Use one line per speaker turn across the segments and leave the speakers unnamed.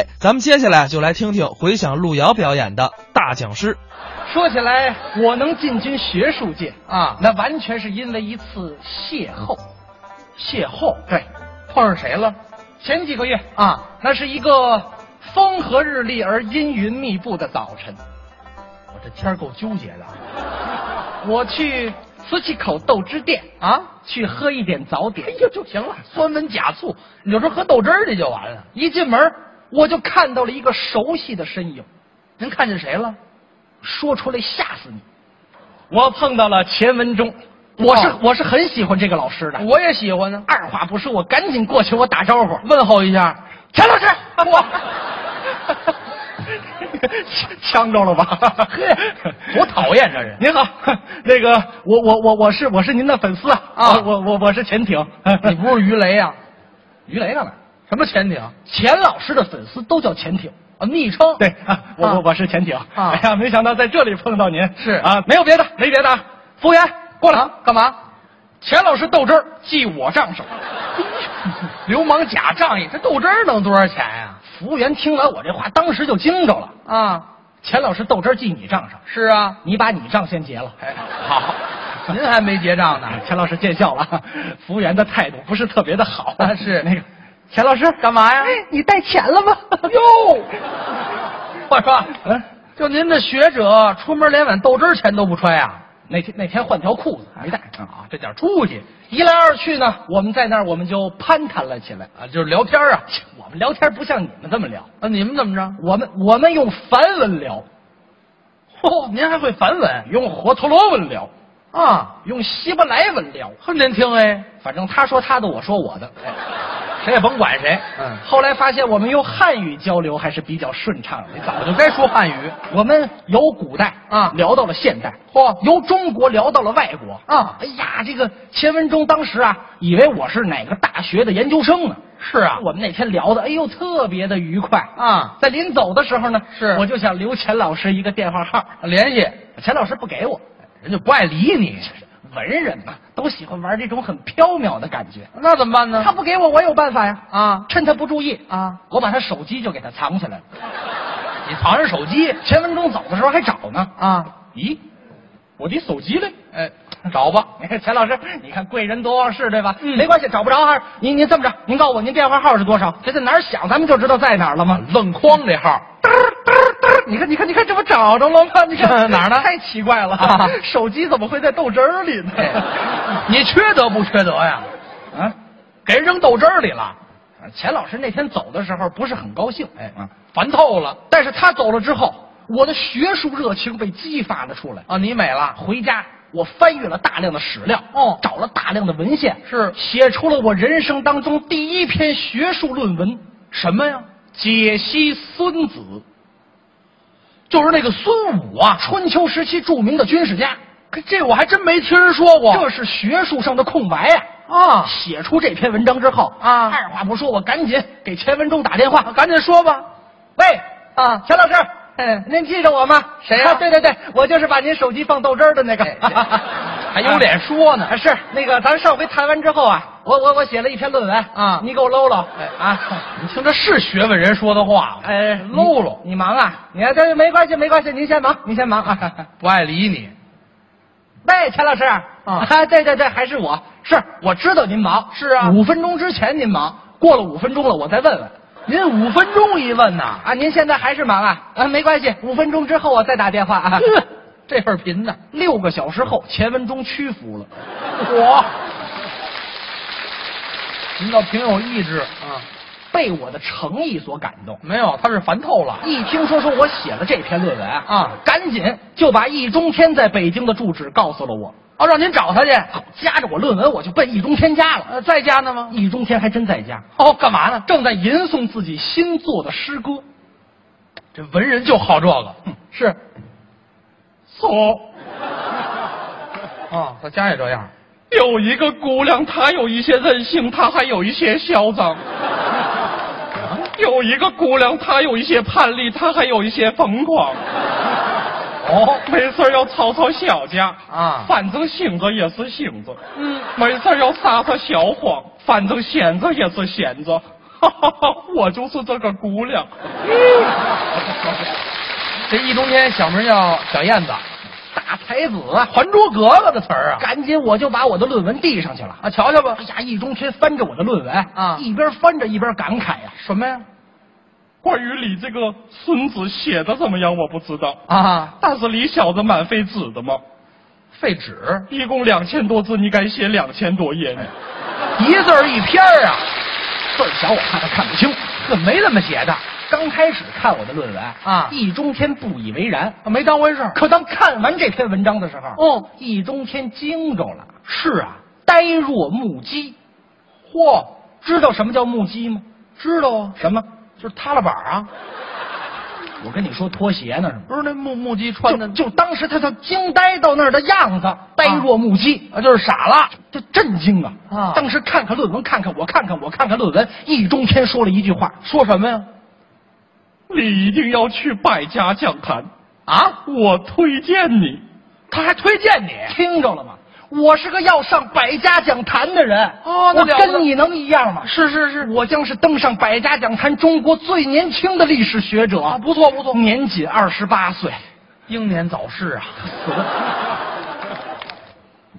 哎咱们接下来就来听听回响路遥表演的《大讲师
说起来，我能进军学术界
啊
那完全是因为一次邂逅。邂逅，对，碰上谁了？前几个月
啊，
那是一个风和日丽而阴云密布的早晨。我这天儿够纠结的啊。 我去瓷器口豆汁店啊，去喝一点早点，哎呦就行了，酸门甲醋，你就说喝豆汁儿去就完了。一进门，我就看到了一个熟悉的身影，您看见谁了？说出来吓死你！
我碰到了钱文忠，
我是、
哦
我是很喜欢这个老师的，
我也喜欢呢。
二话不说，我赶紧过去，我打招呼，
问候一下，
钱老师，我
呛着了吧？
嘿多讨厌这人
您好，那个我我我我是我是您的粉丝
啊
我我我我是潜艇。
你不是于雷啊？
鱼雷干嘛？什么潜艇？
钱老师的粉丝都叫潜艇啊，昵称
对，啊我
啊
我我是潜艇。哎呀，没想到在这里碰到您。
是
啊，没有别的，没别的啊。服务员，过来。
啊干嘛？钱老师豆汁儿记我账 上，流氓假仗义，这豆汁儿能多少钱呀、服务员听完我这话，当时就惊着了。
啊，
钱老师豆汁儿记你账上，
是啊。
你把你账先结了。
哎，
好，
您还没结 账呢
钱老师见笑了。服务员的态度不是特别的好，
啊是
那个钱老师哎
干嘛呀？
你带钱了吗？
哟，我说，
嗯，
就您这学者，出门连碗豆汁儿钱都不揣呀、
那天那天换条裤子没带
啊？这点出息
一来二去呢，我们在那儿我们就攀谈了起来。
啊，就是聊天啊。
我们聊天不像你们这么聊，
啊，你们怎么着？
我们我们用梵文聊，
嚯、您还会梵文
用火陀罗文聊，
啊？
用希伯来文聊，
很难听哎。
反正他说他的，我说我的。哎
谁也甭管谁。嗯，
后来发现我们用汉语交流还是比较顺畅的，早
我
就
就该说汉语。
我们由古代
啊
聊到了现代，
嚯
由中国聊到了外国
啊
哎呀，这个钱文忠当时啊，以为我是哪个大学的研究生呢。
是啊
我们那天聊的，哎呦，特别的愉快
啊
在临走的时候呢，
是
我就想留钱老师一个电话号，
联系
钱老师不给我。
人就不爱理你，
文人嘛，都喜欢玩这种很缥缈的感觉。
那怎么办呢
他？不给我，我有办法呀！
啊
趁他不注意
嗯啊，
我把他手机就给他藏起来了。
你藏人手机
钱文忠走的时候还找呢。
啊？
咦，我的手机嘞？
哎，找吧。
钱老师，你看贵人多忘事，对吧？
嗯
没关系，找不着啊。您您这么着，您告诉我您电话号是多少？这在哪儿响，咱们就知道在哪儿了吗？
啊愣框这号，
嘚儿嘚儿嘚儿，你看你看你看，这不找着了吗？你看
哪儿呢
太奇怪了，
啊
手机怎么会在豆汁儿里呢？
你缺德不缺德呀？
啊，
给人扔豆汁儿里了，
钱老师那天走的时候不是很高兴，哎啊，
烦透了
但是他走了之后，我的学术热情被激发了出来。
啊！你美了，
回家，我翻阅了大量的史料，
哦
找了大量的文献，
是
写出了我人生当中第一篇学术论文，
什么呀？
解析《孙子》，
就是那个孙武啊，
春秋时期著名的军事家。
可这我还真没听人说过。
这是学术上的空白呀、
啊
写出这篇文章之后
啊
二话不说，我赶紧给钱文忠打电话，
赶紧说吧。
喂，
啊
钱老师，
嗯
您记着我吗？
谁呀
啊对对对，我就是把您手机放豆汁儿的那个
哎 这，还有脸说呢
啊是那个，咱上回谈完之后啊，我我我写了一篇论文
啊
你给我搂搂。
哎啊，你听这是学问人说的话吗？
哎，
喽喽，
你忙啊？你看，这没关系，没关系，您先忙，您先忙啊。
不爱理你。
喂，钱老师啊对对对，还是我，是我知道您忙，
是啊
五分钟之前您忙，过了五分钟了，我再问问。
您五分钟一问呐，
啊，您现在还是忙啊？啊，没关系，五分钟之后我再打电话 啊。
这份贫的，
六个小时后，钱文忠屈服了。
我，您倒挺有意志啊。
被我的诚意所感动。
没有，他是烦透了。
啊一听说说我写了这篇论文啊，
啊
赶紧就把易中天在北京的住址告诉了我。
哦，让您找他去。
夹着我论文，我就奔易中天家了。
呃，在家呢吗？
易中天还真在家，
哦，干嘛呢？
正在吟诵自己新作的诗歌。
这文人就好这个。
嗯是，错。
哦，在家也这样。
有一个姑娘，她有一些任性，她还有一些嚣张；
啊
有一个姑娘，她有一些叛逆，她还有一些疯狂。
哦，
没事儿要吵吵小家
啊
反正醒着也是醒着；
嗯，
没事儿要撒撒小谎，反正闲着也是闲着。
我就是这个姑娘。这易中天小名叫小燕子，
大才子啊，
《还珠格格》的词儿啊。
赶紧我就把我的论文递上去了。
啊，瞧瞧吧
哎，呀，易中天翻着我的论文
啊
一边翻着一边感慨啊呀、
什么呀？
关于你这个孙子写的怎么样，我不知道。
啊，
但是你小子蛮费纸的嘛，
废纸，
一共两千多字，你敢写两千多页 呢？
一字儿一篇儿啊，
字儿小，我怕他看不清。这没那么写的，
刚开始看我的论文
啊
易中天不以为然，
没当回事儿。
可当看完这篇文章的时候，
哦，
易中天惊着了，
是啊，
呆若木鸡。嚯，知道什么叫木鸡吗？
知道啊，
什么？
就是塌了板儿啊，
我跟你说拖鞋呢是吗？
不是那木木屐穿
就
的，
就当时他就惊呆到那儿的样子，呆若木鸡，
啊，就是傻了。
这震惊啊！
啊
当时看看论文，看看我，看看我，看看论文，易中天说了一句话，
说什么呀？
你一定要去百家讲坛，
啊，
我推荐你。
他还推荐你
听着了吗？我是个要上百家讲坛的人，
哦那
我
了不得
跟你能一样吗？
是是是，
我将是登上百家讲坛中国最年轻的历史学者，
啊，不错不错，
年仅二十八岁。
英年早逝啊。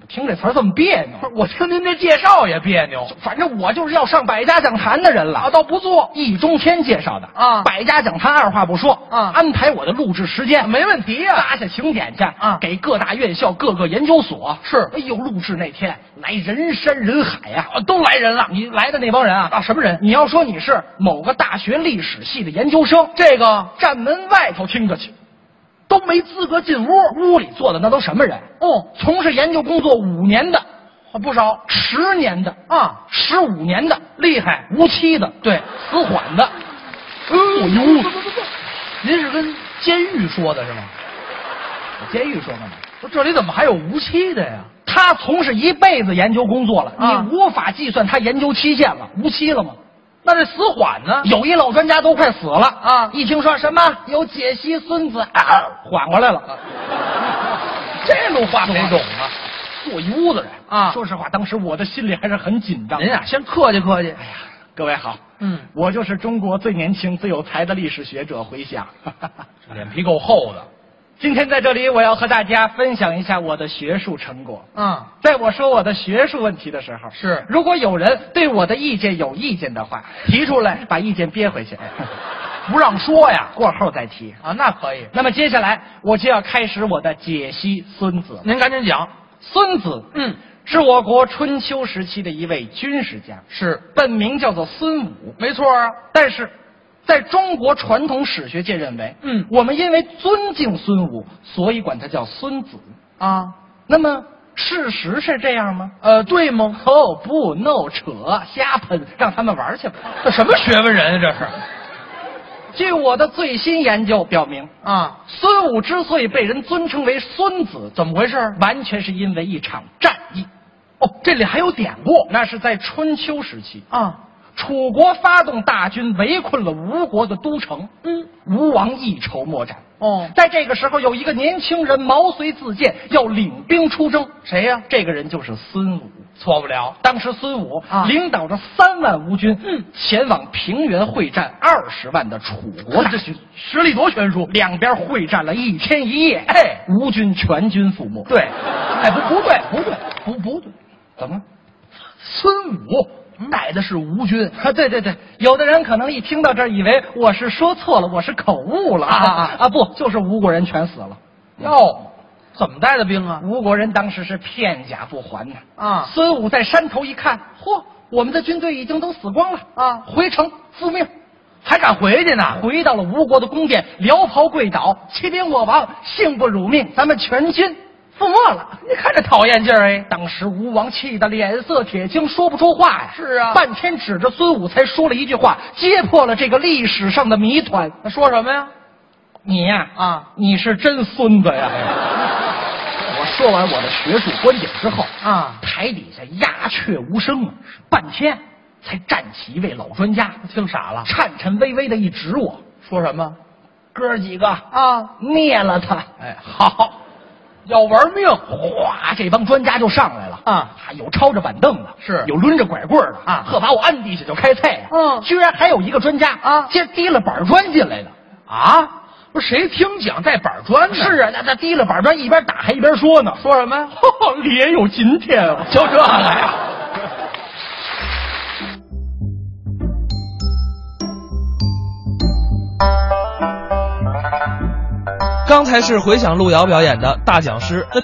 听这词儿这么别
不
扭，
是，我听您这介绍也别扭
反正我就是要上百家讲坛的人了。
啊，倒不错
易中天介绍的
啊
百家讲坛二话不说
啊
安排我的录制时间，
没问题呀、
搭下请柬去
啊
给各大院校、各个研究所
是
哎呦，录制那天来人山人海呀、
啊，都来人了
你来的那帮人啊，
啊，什么人？
你要说你是某个大学历史系的研究生，
这个
站门外头听着去，
都没资格进屋。
屋里坐的那都什么人？
哦，
从事研究工作五年的、
啊不少
十年的、
啊，
十五年的、
厉害。
无期的、
对，
死缓的，
嗯
我牛了。
您是跟监狱说的是吗？
我监狱说干嘛？
不是，这里怎么还有无期的呀？
他从事一辈子研究工作了，
啊
你无法计算他研究期限了，无期了吗？
那这死缓呢？
有一老专家都快死了
啊
一听说什么有解析孙子，啊、缓过来 了。这路话
谁懂 啊？
坐一屋子人
啊
说实话，当时我的心里还是很紧张。
您啊，，先客气客气。
各位好，
嗯，
我就是中国最年轻、最有才的历史学者 回想。
脸皮够厚的。
今天在这里，我要和大家分享一下我的学术成果。
啊，
在我说我的学术问题的时候，
是
如果有人对我的意见有意见的话，提出来，把意见憋回去，
不让说呀。
过后再提。
啊，那可以。
那么接下来我就要开始我的解析孙子。
您赶紧讲。
孙子
嗯，
是我国春秋时期的一位军事家，
是，
本名叫做孙武，
没错啊。
但是。在中国传统史学界认为，
嗯
我们因为尊敬孙武，所以管他叫孙子。
啊，
那么事实是这样吗？
呃，对吗？
哦不，no 扯瞎喷，让他们玩去吧。
这什么学问人啊？这是
据我的最新研究表明，
啊？
孙武之所以被人尊称为孙子，
怎么回事？
完全是因为一场战役。
哦，这里还有典故
那是在春秋时期，
啊。
楚国发动大军围困了吴国的都城，
嗯，
吴王一筹莫展。
哦，
在这个时候，有一个年轻人毛遂自荐，要领兵出征。
谁呀
这个人就是孙武。
错不了。
当时孙武
啊
领导着三万吴军，
嗯
前往平原会战二十万的楚国
我
大
这
军，
实力多悬殊。
两边会战了一天一夜，
哎
吴军全军覆没。，
对，
哎，不不对，不对，不不对，怎么？
孙武带的是吴军
啊，对对对，有的人可能一听到这儿，以为我是说错了，我是口误了
啊啊啊
啊！不，就是吴国人全死了，
哟，怎么带的兵啊？
吴国人当时是片甲不还呐。
啊
孙武在山头一看，嚯，我们的军队已经都死光了
啊
回城复命。
还敢回去呢？
回到了吴国的宫殿，辽袍跪倒，欺凌我王，幸不辱命，咱们全军覆没了。
你看这讨厌劲儿哎！
当时吴王气得脸色铁青，说不出话呀。
是啊
半天指着孙武才说了一句话，揭破了这个历史上的谜团。
那说什么呀？
你呀、
啊
你是真孙子 呀！我说完我的学术观点之后，
啊，
台底下鸦雀无声啊，半天才站起一位老专家，
听傻了。
颤颤巍巍的一指我
说什么？：“
哥儿几个，
啊，
灭了他！”
哎，好，要玩命，
哗，这帮专家就上来了
啊
还有抄着板凳的，
是
有抡着拐棍儿的
啊
呵，把我按地下就开菜呀。
嗯
居然还有一个专家
啊
先提了板砖进来的。
啊！不是谁听讲带板砖呢？
是啊，那那提了板砖，一边打还一边说哦呢，
说 什么呀？
也有今天啊！
就这个呀。
刚才是回响路遥表演的大讲师，那